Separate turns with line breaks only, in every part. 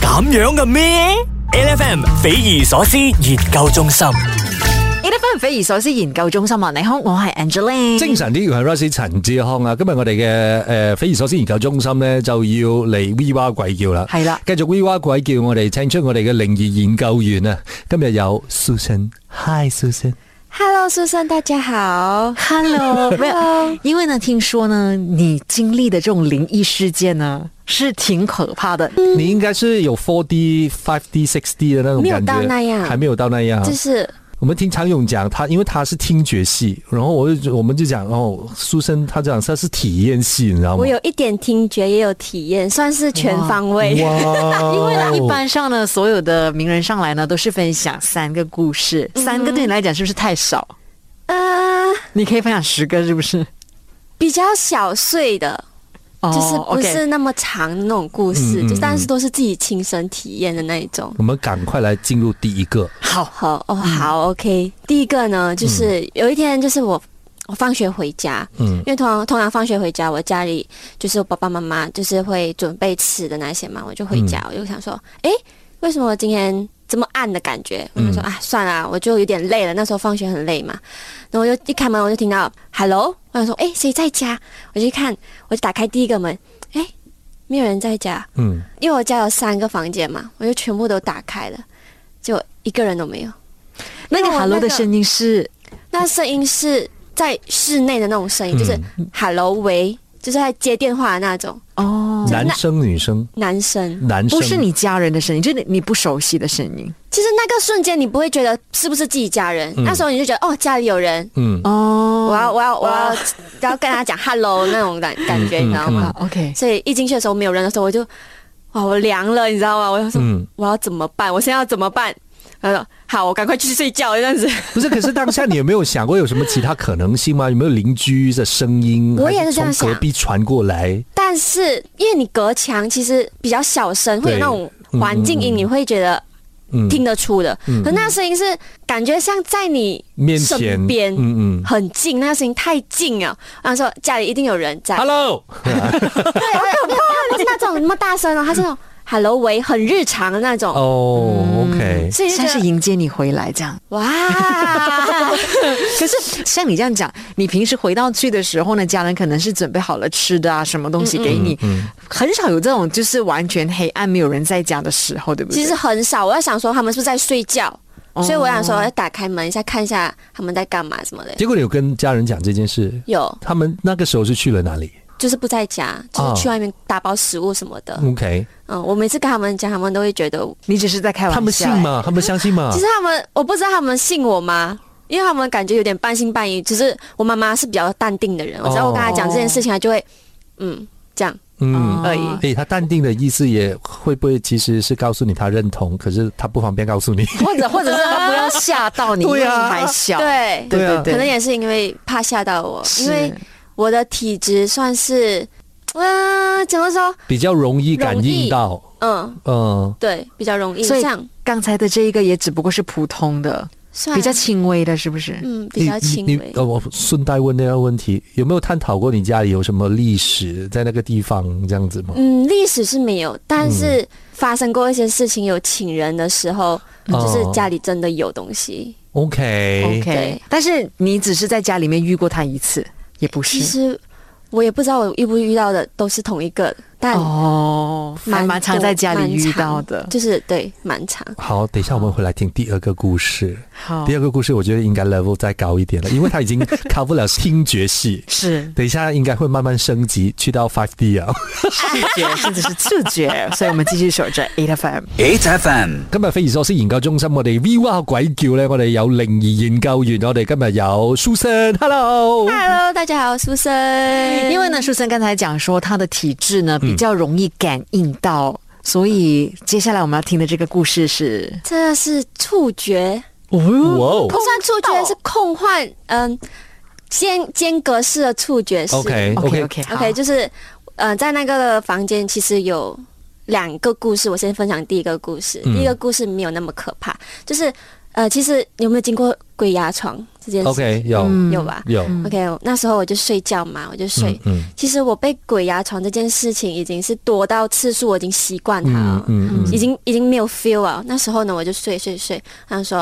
咁樣嘅咩？L F M 匪夷所思研究中心。
A. F. M. 匪夷所思研究中心啊，你好，我係
嗯
Angeline。
精神啲嘅係 Rosie 陳志康啊，今日我哋嘅誒呃匪夷所思研究中心咧就要嚟 V 哇鬼叫啦，
係啦
繼續 V 哇鬼叫，我哋請出我哋嘅靈異研究員啊，今日有 Susan，Hi Susan，
Hello，苏珊，大家好。
Hello，没有，因为呢，听说呢，你经历的这种灵异事件呢，是挺可怕的。
嗯
你應該是有 four D、five D、six D 的那種
沒有
感覺，
到那樣
還沒有到那
啊
樣，
就是
我们听常勇讲他，因为他是听觉系，然后我就我们就讲哦，苏生他讲他是体验系，你知道吗？
我有一点听觉，也有体验，算是全方位。
哇，
因为呢，一般上呢，所有的名人上来呢，都是分享三个故事，
嗯
三个对你来讲是不是太少？
呃，
你可以分享十个，是不是？
比较小碎的，
哦
就是不
OK 嗯
是那么长的那种故事，就但是都是自己亲身体验的那一种。
我们赶快来进入第一个，
好，
好哦，好、o k 第一个呢，就是有一天，就是我我放学回家，
嗯
因为通常通常放学回家，我家里就是我爸爸妈妈就是会准备吃的那些嘛，我就回家，我就想说，诶，为什么我今天这么暗的感觉？我就说、啊，算了，我就有点累了，那时候放学很累嘛。然后我就一开门，我就听到 “hello”，我想说，诶，谁在家？我就一看，我就打开第一个门，诶，没有人在家，
嗯，
因为我家有三个房间嘛，我就全部都打开了，就一个人都没有。
那个
因为我
Hello 的声音是
那声音是在室内的那种声音，就是
嗯
“hello 喂”，就是在接电话的那种
哦，
男生女生
男生。
男生
不是你家人的声音，就是你不熟悉的声音。
其实那个瞬间，你不会觉得是不是自己家人，那时候你就觉得哦，家里有人，
嗯
哦，
我要我要我要要跟他讲 “hello” 那种感感
嗯
觉，你知道吗？
OK，
所以一进去的时候没有人的时候，我就哇，我凉了，你知道吗？我就说
嗯，
我要怎么办？我现在要怎么办？他说好，我赶快去睡觉这样子。
不是，可是当下你有没有想过有什么其他可能性吗？有没有邻居的声音？
我也是这样
还从隔
想
壁传过来，
但是因为你隔墙其实比较小声，会有
对
那种环境音，你会觉得
嗯，
听得出的。
嗯
可那声音是感觉像在你
面前
身，边，
嗯嗯
很近，那声音太近了。然后说家里一定有人在，
，Hello，
嗯对，好可怕！它不是那种那么大声哦，它是那种 hello 喂，很日常的那种。
哦，OK，
所以就
像
觉
是
得
迎接你回来这样。
哇，
可是像你这样讲，你平时回到去的时候呢，家人可能是准备好了吃的啊，什么东西
嗯
给你，很少有这种就是完全黑暗没有人在家的时候，对不对？
其实很少。我在想说他们是不是在睡觉，
哦
所以我想说要打开门一下看一下他们在干嘛什么的。
结果你有跟家人讲这件事，
有，
他们那个时候是去了哪里
就是不在家，
哦
啊
就是去外面打包食物什么的。
？OK，
嗯，我每次跟他们讲，他们都会觉得
你只是在开玩笑。
他们信？吗？他们相信吗
啊
其？实他们，我不知道他们信我吗？因为他们感觉有点半信半疑。只是我妈妈是比较淡定的
哦
人，我只要我跟她讲这件事情，她就会嗯这样
嗯，
而已。
诶，他淡定的意思也会不会其实是告诉你他认同，可是他不方便告诉 你。
或者或者是他不要吓到你，因为
对
你
啊
还小。
对
对
对啊
对，
可能也是因为怕吓到我，
是
因为我的体质算是，嗯、怎么说？
比较容易感应到，
嗯，
嗯，
对，比较容易，
所以
像
刚才的这一个也只不过是普通的，
算
比较轻微的，是不是？
嗯比
你
较轻
你
微
你。呃，我顺带问那个问题，有没有探讨过你家里有什么历史在那个地方这样子吗？
嗯，历史是没有，但是发生过一些事情，有请人的时候，就是家里真的有东西。
哦 OK，
OK，
对
但是你只是在家里面遇过他一次，也不
其
是
实我也不知道我遇不遇到的都是同一个，但
哦，蛮
蛮
蛮常
多
在家里
蛮
遇
常
到的。
就是对，蛮长。
好，等一下我们回来听第二个故事。
好
第二个故事我觉得应该 level 再高一点了，因为他已经 cover 了听觉系，
是
等一下应该会慢慢升级去到 Five D 啊。
视觉， 甚至是触觉，所以我们继续守着 Eight FM。
H F M
今日匪夷所思研究中心，我哋 V 哇鬼叫咧，我哋有靈異研究員，我哋今日有 Susan，Hello，
Hello，大家好，苏生。
因为呢，书生刚才讲说他的体质呢比较容易感应到，所以接下来我们要听的这个故事是
这是触觉，
哇哦
不算触觉，是控换，嗯，间间隔式的触觉是。
，OK
哎 OK OK
OK，就是，呃，在那个房间其实有
嗯
两个故事，我先分享第一个故事。第一个故事没有那么可怕，就是呃，其实你有没有经过鬼压床这件事嗯
OK，有、
有吧
有，
？OK，那时候我就睡觉嘛，我就睡。
嗯嗯
其实我被鬼压床这件事情已经是多到次数，我已经习惯它了，
嗯
已经已经没有 feel 了。那时候呢，我就睡睡睡，然后说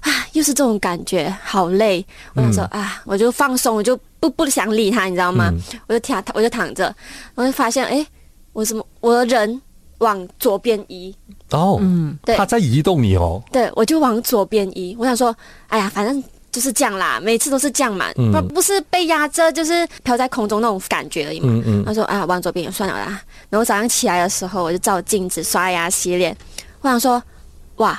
啊，又是这种感觉，好累。我想说、啊，我就放松，我就不不想理他，你知道吗？我就躺，我就躺着，我就发现哎，我怎么我的人往左边移，
哦，嗯，
对
他在移动你哦，
对，我就往左边移。我想说，哎呀，反正就是这样啦，每次都是这样嘛，不、
嗯
不是被压着，就是飘在空中那种感觉而已嘛。
嗯嗯
他说啊，往左边也算了啦。然后早上起来的时候，我就照镜子刷牙洗脸，我想说，哇，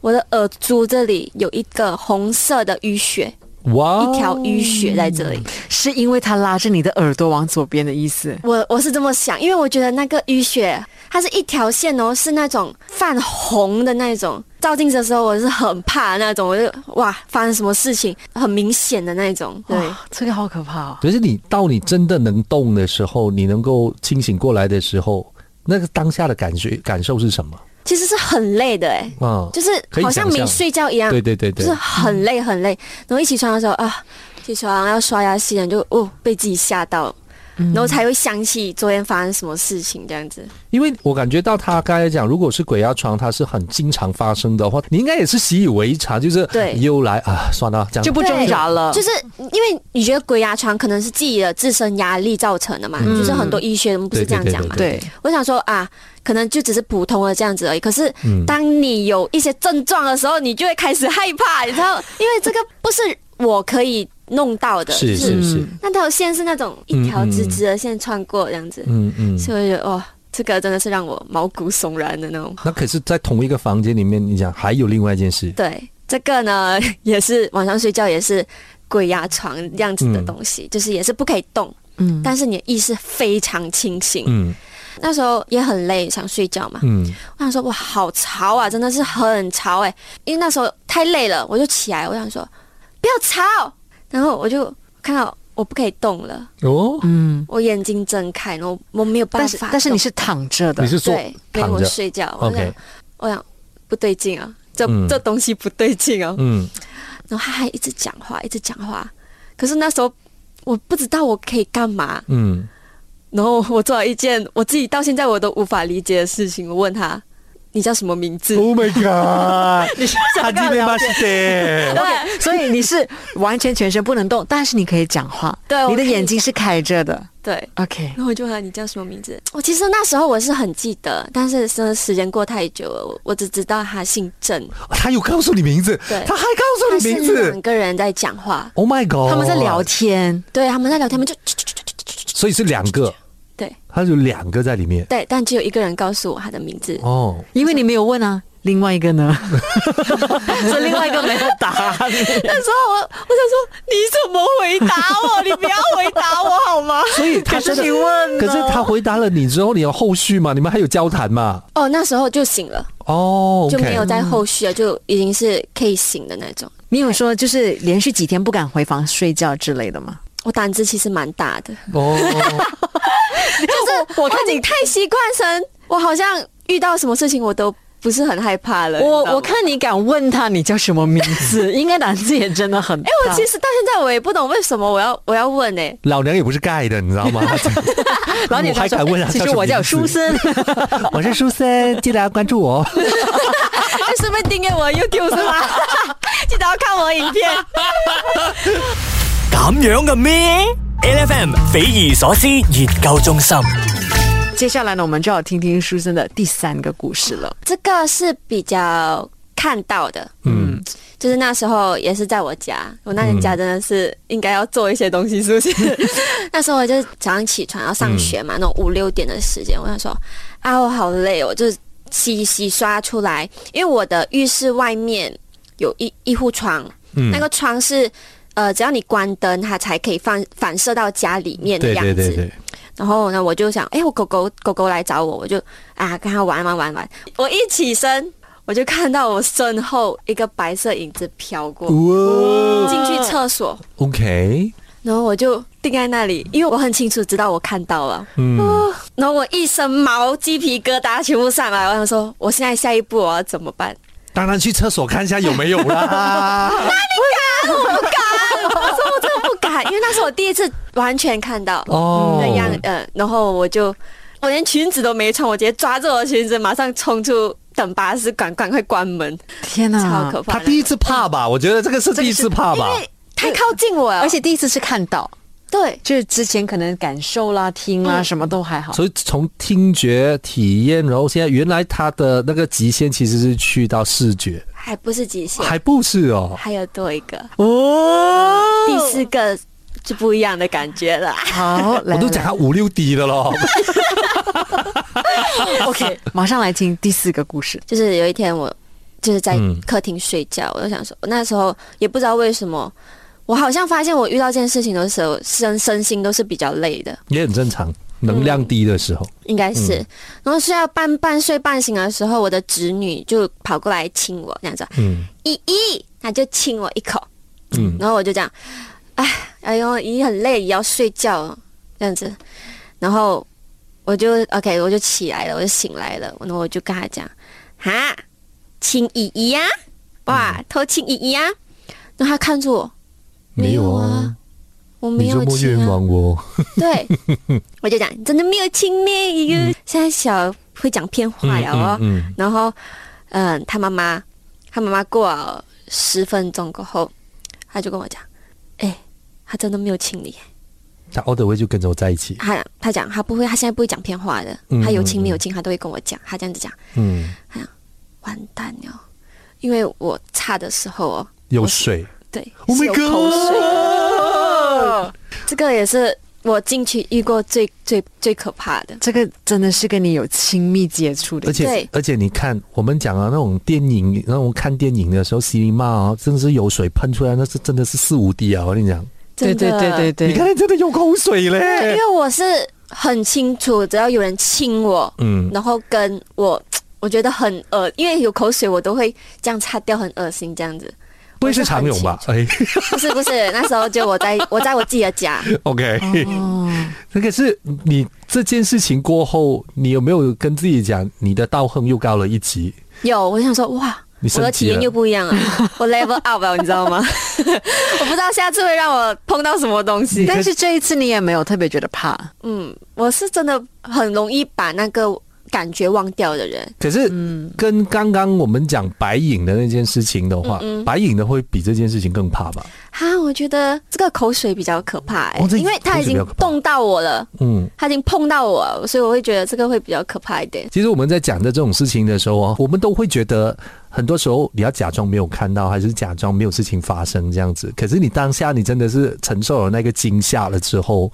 我的耳珠这里有一个红色的淤血，
哇，
一条淤血在这里。
是因为他拉着你的耳朵往左边的意思。
我我是这么想，因为我觉得那个淤血，它是一条线哦，是那种泛红的那种。照镜子的时候，我是很怕的那种，我就哇，发生什么事情，很明显的那种。对，
哇，这个好可怕哦！
可是你到你真的能动的时候，你能够清醒过来的时候，那个当下的感觉感受是什么？
其实是很累的哎，
啊，
就是
可以
好像
想象
没睡觉一样，
对对对
就
对
是，很累很累。然后一起床的时候啊，起床要刷牙洗脸就，哦被自己吓到了，
嗯
然后才会想起昨天发生什么事情这样子。
因为我感觉到他刚才讲，如果是鬼压床，它是很经常发生的话，你应该也是习以为常，就是
对
又来啊，算了，这样
就不挣扎了，
就是因为你觉得鬼压床可能是自己的自身压力造成的嘛，就是很多医学人不是这样讲嘛。
嗯对
对，
我想说啊，可能就只是普通的这样子而已。可是
嗯
当你有一些症状的时候，你就会开始害怕，你知道，因为这个不是我可以弄到的，
是
就是
是，
那条线是那种一条直直的线穿过这样子，
嗯嗯。
所以我就觉得哇，这个真的是让我毛骨悚然的那种。
那可是，在同一个房间里面，你讲还有另外一件事，
对，这个呢 也是晚上睡觉也是鬼压床这样子的
嗯
东西，就是也是不可以动，
嗯，
但是你的意识非常清醒。
嗯
那时候也很累，想睡觉嘛。
嗯
我想说哇，好吵啊，真的是很吵哎、因为那时候太累了，我就起来，我想说不要吵，然后我就看到我不可以动了，
哦，
嗯，
我眼睛睁开，然后我没有办
但
法
是
动。
但是你是躺着的
你，是坐
对，没有
躺
我
着
睡觉，我就
，OK，
我想不对劲啊，这、
嗯
这东西不对劲啊。
嗯
然后他还一直讲话，一直讲话。可是那时候我不知道我可以干嘛，
嗯，
然后我做了一件我自己到现在我都无法理解的事情。我问他：“你叫什么名字？”
Oh my god！
你是
他今天巴西的，
OK，所以你是完全全身不能动，但是你可以讲话，
对我
你的
可以
眼睛是开着的。
对。
OK，
然后我就问他：“你叫什么名字？”我其实那时候我是很记得，但是真的时间过太久了，我我只知道他姓郑，
他有告诉你名字，
对
他还告
他
诉你哦
是
名
两
字。
个人在讲话，
Oh my god！
他们在聊，天，
对，他们在聊天，他们就
所以是两个，
对
他有两个在里面。
对，但只有一个人告诉我他的名字，
哦，
因为你没有问啊。另外一个呢？ 所以另外一个没有答 案。
那时候我我想说，你怎么回答我？你不要回答我好吗？
所以他真的
你问
可是他回答了你之后，你有后续吗？你们还有交谈吗？
哦，那时候就醒了，
哦
就没有
，OK，
在后续了，就已经是可以醒的那种。
你有说就是连续几天不敢回房睡觉之类的吗？
我胆子其实蛮大的，
哦，
就是我看你太习惯成，我好像遇到什么事情我都不是很害怕了。
我
你知道吗
我看，你敢问他你叫什么名字， 应该胆子也真的很大。
哎，我其实到现在我也不懂为什么我要我要问欸呢、
老娘也不是盖的，你知道吗？
然后你哎
我还敢问他
其实
叫什么
我啊叫
名字
书生，
我是书生，记得要关注我。
哎，顺便订阅我的 YouTube 是吗？ 记得要看我影片。
咁樣嘅咩？L F M 匪夷所思研究中心。
接下来呢，我们就要听听书生的第三个故事了。
这个是比较看到的，嗯，就是那时候也是在我家，我那天家真的是应该要做一些东西，是不是？那时候我就早上起床要上学
嗯
嘛，那种五六点的时间，我想说啊，我好累哦，我就洗洗刷出来，因为我的浴室外面有一一户窗，
嗯
那个窗是。呃，只要你关灯，它才可以反反射到家里面的
对
样
对
子。
对对，
然后呢，我就想，哎，我狗狗狗狗来找我，我就啊跟它玩玩玩玩。我一起身，我就看到我身后一个白色影子飘过，
哇
进去厕所，
哦，OK，
然后我就定在那里，因为我很清楚知道我看到了。啊
嗯，
然后我一身毛，鸡皮疙瘩全部上来，我想说，我现在下一步我要怎么办？
当然去厕所看一下有没有啦。
不敢，因为那是我第一次完全看到
哦
那样，呃，然后我就我连裙子都没穿，我直接抓着我的裙子，马上冲出等巴士，赶赶快关门，
天
超
哪！
可怕
他
的。
第一次怕吧？我觉得这个是第一次怕吧。
太靠近我了，
而且第一次是看到，
对
就是之前可能感受啦、听啦，什么都还
啊
好。
所以从听觉体验，然后现在原来他的那个极限其实是去到视觉，
还哎不是极限，
还不是哦。
还有多一个
哦，
第四个就不一样的感觉了。
好，来
我都讲他五六 D 的咯。
来 OK，马上来听第四个故事。
就是有一天我就是在
嗯
客厅睡觉，我就想说，那时候也不知道为什么，我好像发现我遇到这件事情的时候，身身心都是比较累的，
也很正常，能量低的时候。
应该是。
嗯
然后睡到半半睡半醒的时候，我的侄女就跑过来亲我，这样子，
嗯
姨姨，她就亲我一口，
嗯，
然后我就这样，哎，哎呦，姨很累，也要睡觉了，这样子，然后我就 OK，我就起来了，我就醒来了，然后我就跟他讲，哈，亲姨姨呀、
嗯
哇，偷亲姨姨呀、然后他看着我，
没有啊，
我嗯没
你
有
这么
亲
冤
啊，
枉我。
对，我就讲真的没有亲咩，姨、现在小会讲偏话了哦，
嗯嗯
然后，嗯，他妈妈，他妈妈过了十分钟过后，他就跟我讲，哎、他真的没有亲你。
他 all the way 就跟着我在一起。
他他讲他不会，他现在不会讲偏话的
嗯，
他有亲没有亲，他都会跟我讲。他这样子讲，
嗯，
完蛋了，因为我擦的时候哦，
有水。
对
Oh
是
my
有口水。
god！
这个也是我进去遇过最最最可怕的。
这个真的是跟你有亲密接触的
而，且
对
而且你看，我们讲啊，那种电影，那种看电影的时候，西林骂啊，真的是有水喷出来，那是真的是四五滴啊！我跟你讲，
对对
真的
对对
你
对，
看真的有口水
对，因
嘞。
为我是很清楚，只要有人亲我，
嗯
然后跟我，我觉得很恶，因为有口水我都会这样擦掉，很恶心这样子。
不会是常勇吧？哎
不是 不是，那时候就我在我在我自己的家，
，OK，
哦，
那个是你这件事情过后，你有没有跟自己讲，你的道行又高了一级？
有，我想说哇，
你
我
升
的体
级
验
了
又。不一样了，我 level up 了，你知道 吗？我不知道下次会让我碰到什么东西。
但是这一次你也没有特别觉得怕，
嗯，我是真的很容易把那个感觉忘掉的人。
可是，
嗯
跟刚刚我们讲白影的那件事情的话，
嗯
白影的会比这件事情更怕吧？
哈，我觉得这个口水比较可怕、欸，
哦这
因为它已
口水比较
经
可怕
动到我了，
嗯，
它已经碰到我了，所以我会觉得这个会比较可怕一点。
其实我们在讲的这种事情的时候啊，我们都会觉得，很多时候你要假装没有看到，还是假装没有事情发生这样子。可是你当下你真的是承受了那个惊吓了之后，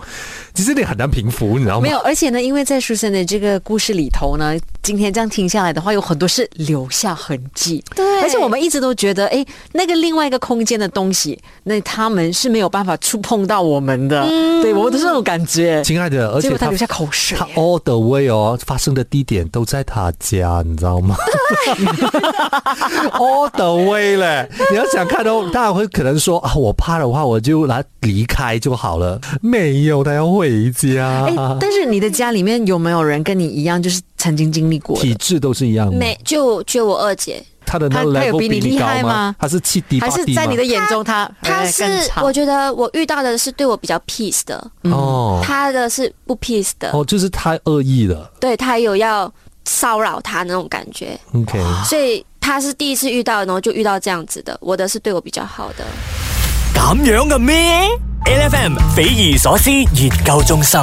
其实你很难平复，你知道吗
没？有，而且呢，因为在书生的这个故事里头呢，今天这样听下来的话，有很多是留下痕迹。
对
而且我们一直都觉得，哎，那个另外一个空间的东西，那他们是没有办法触碰到我们的，对我们都是那种感觉。
亲爱的，而
结
且
果他
他
流下口水
他，all the way 哦，发生的地点都在他家，你知 道吗？all the way 嘞，你要想看哦，大家会可能说啊，我怕的话我就来离开就好了，没有，他要回家。
哎，但是你的家里面有没有人跟你一样，就是曾经经历过
体
的？
质都是一样的，
没，就就我二姐，
他的那个
他他有
level
比你
你
厉
高
害
吗
吗？
他是七滴八
还
滴
是在你的眼中他，
她
哎
是
更惨
我觉得我遇到的是对我比较 peace 的，
嗯
哦
她的是不 peace 的，
哦，就是太恶意了。
对她有要骚扰她那种感觉。
OK，
所以他是第一次遇到，然后就遇到这样子的。我的是对我比较好的。
咁样嘅咩？LFM 匪夷所思研究中心。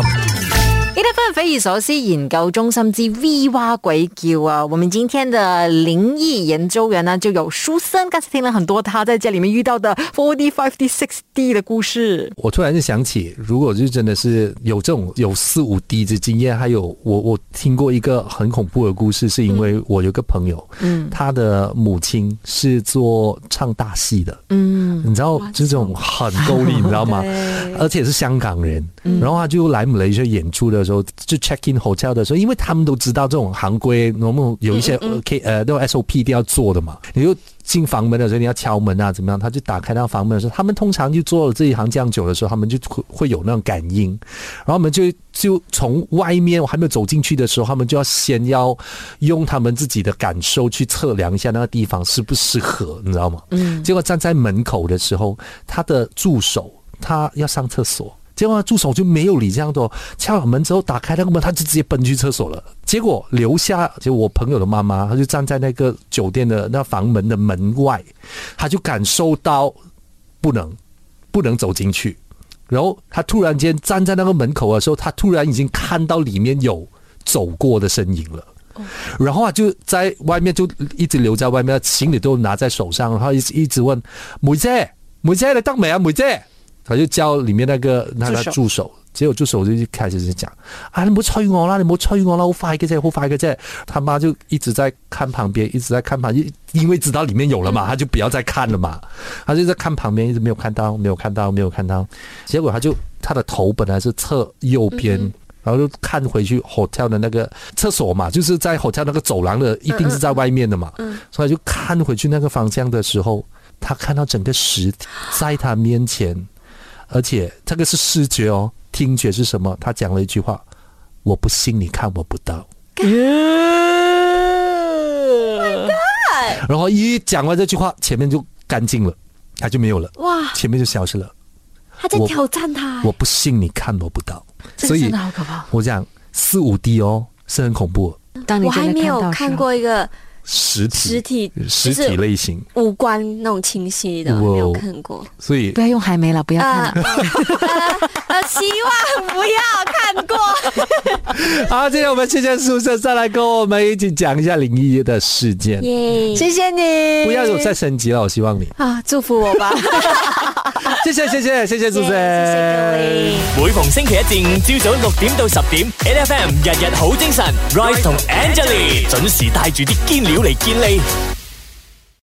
一得分匪夷所思研究中心之 V 哇鬼叫啊！我们今天的灵异研究员呢，就有书生。刚才听了很多他在家里面遇到的 four D、five D、six D 的故事。
我突然就想起，如果就真的是有这种有四五滴的经验，还有我我听过一个很恐怖的故事，是因为我有个朋友，嗯，他的母亲是做唱大戏的，嗯，你知道就这嗯种很够力，你知道吗？而且是香港人，然后他就来马来西亚演出的时时候，就 check in hotel 的时候，因为他们都知道这种行规，我们有一些 K 呃那种 SOP 一定要做的嘛，你就。进房门的时候，你要敲门啊，怎么样？他就打开那个房门的时候，他们通常就做了这一行这样久的时候，他们就会会有那种感应，然后我们就就从外面我还没有走进去的时候，他们就要先要用他们自己的感受去测量一下那个地方适不适合，你知道吗？嗯。结果站在门口的时候，他的助手他要上厕所，结果助手就没有理这样的哦，敲了门之后打开那个门，他就直接奔去厕所了。结果留下，就我朋友的妈妈，她就站在那个酒店的那房门的门外，她就感受到不能不能走进去。然后她突然间站在那个门口的时候，她突然已经看到里面有走过的身影了。然后啊，就在外面就一直留在外面，行李都拿在手上，然后一直一直问梅姐，梅姐你得没啊？梅姐，她就叫里面那个那个
助手
助手，结果助手就一开始就講：啊，你唔好催我啦，你唔好催我啦，好快嘅啫，好快嘅啫。他媽就一直在看旁邊，一直在看旁邊，因為知道裡面有了嘛，他就不要再看了嘛，他就在看旁邊，一直沒有看到，沒有看到，沒有看到。結果他就他的頭本來是側右邊。然後就看回去 hotel 的那個廁所嘛，就是在 hotel 那個走廊的，一定是在外面的嘛，所以就看回去那個方向的时候，他看到整個實体在他面前，而且这个是视觉哦，听觉是什么？他讲了一句话：“我不信你看我不到。”然后一讲完这句话，前面就干净了，他就没有了，
哇，
前面就消失了。
他在
我
挑战他
我，不信你看我不到，
这
所
个
以
真的好可怕。
我讲四五 D 哦，是很恐怖的
当你
我
真
还
的
没有
到
看
时候，
过一个
实体
实体，
实
就是
体类型，
五官那种清晰的，
哇
我没有看过。
所以
不要用还没了，不要看
呃
了。
呃，希望不要看过。
好，今天我们谢谢宿舍再来跟我们一起讲一下灵异的事件，
耶，
谢谢你，
不要有再升级了，我希望你。
啊，祝福我吧。
谢谢谢谢谢谢
谢
主
谢
持
各位。
每逢星期一至五朝早六點到十點，N F M 日日好精神，Rise 同 Angelie 準時帶住啲堅料嚟健利。